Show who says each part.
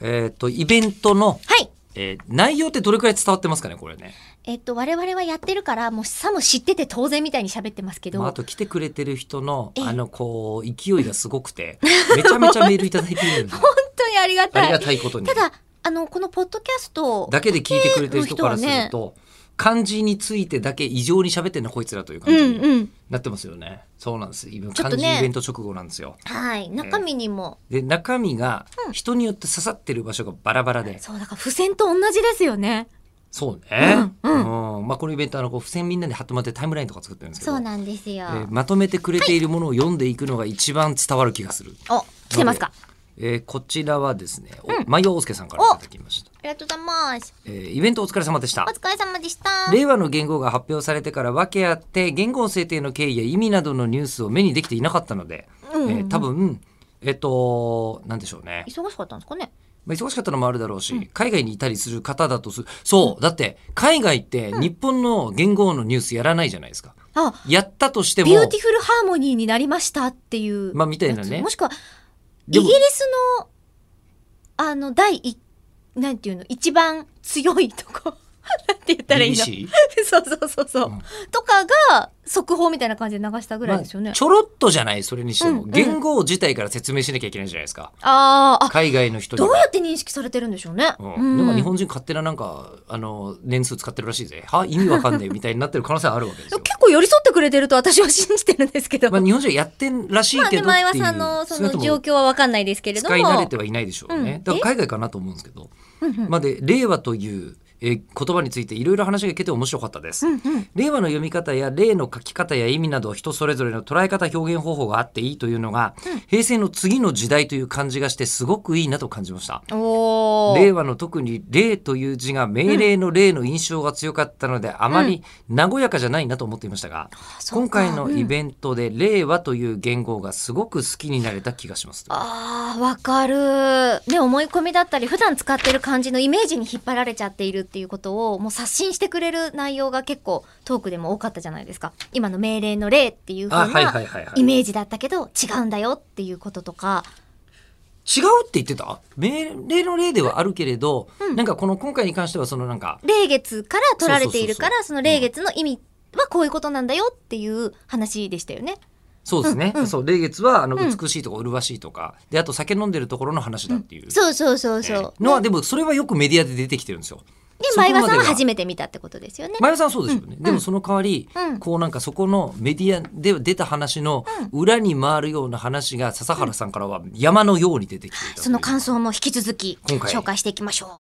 Speaker 1: えっ、と、イベントの、
Speaker 2: はい。
Speaker 1: えー内容ってどれくらい伝わってますかね、これね。
Speaker 2: えっと、我々はやってるから、もうさも知ってて当然みたいに喋ってますけど、
Speaker 1: まあ、あと来てくれてる人の、
Speaker 2: ええ
Speaker 1: あの、こう、勢いがすごくて、めちゃめちゃメールいただいてるんで、
Speaker 2: 本当にありが
Speaker 1: あ
Speaker 2: た
Speaker 1: り
Speaker 2: い。
Speaker 1: がたいことに。
Speaker 2: ただ、あの、このポッドキャスト、
Speaker 1: だけで聞いてくれてる人からす
Speaker 2: だ
Speaker 1: る
Speaker 2: けの人
Speaker 1: と、漢字についてだけ異常に喋ってんな、こいつらという
Speaker 2: う
Speaker 1: 感じに
Speaker 2: んうん。
Speaker 1: なってますよね。そうなんです。今、
Speaker 2: ちょ
Speaker 1: 漢
Speaker 2: っとね
Speaker 1: 字イベント直後なんですよ。
Speaker 2: はい。中身にも。
Speaker 1: で、中身が、人によって刺さってる場所がバラバラで、
Speaker 2: そう、だから付箋と同じですよね。
Speaker 1: そうね。
Speaker 2: う
Speaker 1: うん。まあ、このイベント、あの、こう、付箋みんなで貼ってもらってタイムラインとか作ってるんですけど、
Speaker 2: そうなんですよ。
Speaker 1: えーまとめてくれているものを読んでいくのが一番伝わる気がする。
Speaker 2: お、来てますか
Speaker 1: えーこちらはですね、おマヨオスケさんからいただきました。
Speaker 2: ありがとうございます。
Speaker 1: えーイベントお疲れ様でした
Speaker 2: お。疲れ様でした。
Speaker 1: 令和の言語が発表されてから訳あって言語の制定の経緯や意味などのニュースを目にできていなかったので、
Speaker 2: うんうん
Speaker 1: えー多分えっ、となんでしょうね、
Speaker 2: 忙しかったんですかね
Speaker 1: まあ、忙しかったのもあるだろうし、海外にいたりする方だとすそうだって海外って日本の言語のニュースやらないじゃないですか。
Speaker 2: あ、
Speaker 1: やったとしても
Speaker 2: ビューティフルハーモニーになりましたっていう。
Speaker 1: まあみたいなね
Speaker 2: やつもしくは、イ
Speaker 1: で
Speaker 2: ギ
Speaker 1: も
Speaker 2: リスの、あの、第一、なんていうの、一番強いとこ。 なんて言ったらいいの
Speaker 1: BBC
Speaker 2: そうそうそうそう。
Speaker 1: うん
Speaker 2: とかが、速報みたいな感じで流したぐらいですよね
Speaker 1: まあ。ちょろっとじゃないそれにしても、
Speaker 2: うんうん
Speaker 1: 言語自体から説明しなきゃいけないじゃないですか
Speaker 2: あーあ、
Speaker 1: 海外の人に
Speaker 2: どう
Speaker 1: は
Speaker 2: やって認識されてるんでしょうね。
Speaker 1: うん、なんか日本人勝手ななんかあの年数使ってるらしいぜは意味わかんねえみたいになってる可能性あるわけ ですよ。
Speaker 2: 結構寄り添ってくれてると私は信じてるんですけど。
Speaker 1: ま
Speaker 2: ま
Speaker 1: あ日本人はやってんらしい
Speaker 2: あ
Speaker 1: け
Speaker 2: ね、
Speaker 1: どってい
Speaker 2: 前
Speaker 1: う、
Speaker 2: はさんのそ
Speaker 1: それ
Speaker 2: の
Speaker 1: とも
Speaker 2: 状況はわかんないですけれども。
Speaker 1: 使い慣れてはいないでしょうね。
Speaker 2: うん
Speaker 1: だから海外かなと思うんですけど。
Speaker 2: うんうん
Speaker 1: まあで令和という、えー言葉についていろいろ話が聞けて面白かったです。
Speaker 2: うんうん
Speaker 1: 令和の読み方や例の書き方や意味など人それぞれの捉え方表現方法があっていいというのが、平成の次の時代という感じがしてすごくいいなと感じました。
Speaker 2: お
Speaker 1: 令
Speaker 2: ー。
Speaker 1: 和の特に「令」という字が命令の「令」の印象が強かったので、あまり和やかじゃないなと思っていましたが、
Speaker 2: そう
Speaker 1: 今
Speaker 2: か
Speaker 1: 回のイベントで「令和」という言語がすごく好きになれた気がします。
Speaker 2: あー、わかる。ね、思い込みだったり、普段使ってる感じのイメージに引っ張られちゃっているっていうことを、もう刷新してくれる内容が結構トークでも多かったじゃないですか。今の命令の例っていう
Speaker 1: あ
Speaker 2: 風
Speaker 1: はい
Speaker 2: な
Speaker 1: はいはいはい。
Speaker 2: イ
Speaker 1: 違う
Speaker 2: メージだったけど、違うんだよっていうこととか。
Speaker 1: って言ってた命令の「令」ではあるけれど、なんかこの今回に関してはそのなんか
Speaker 2: 霊月から取られているか
Speaker 1: そう
Speaker 2: ら、その霊月の意味はこういうことなんだよっていう話でしたよね。
Speaker 1: そうですね、
Speaker 2: うんうん
Speaker 1: そう霊月はあの
Speaker 2: ん
Speaker 1: 美しいとか麗しいとか、であと酒飲んでるところの話だっていう、
Speaker 2: そうそうそう
Speaker 1: え
Speaker 2: そう。
Speaker 1: ーのはでもそれはよくメディアで出てきてるんですよ。
Speaker 2: で、
Speaker 1: そこまで
Speaker 2: 前和さんは初めて見たってことですよね。
Speaker 1: 前田さんはそうですよね、でもその代わり、
Speaker 2: うん
Speaker 1: こうなんかそこのメディアで出た話の裏に回るような話が笹原さんからは山のように出てきていたという
Speaker 2: その感想も引き続き
Speaker 1: 今回
Speaker 2: 紹介していきましょう。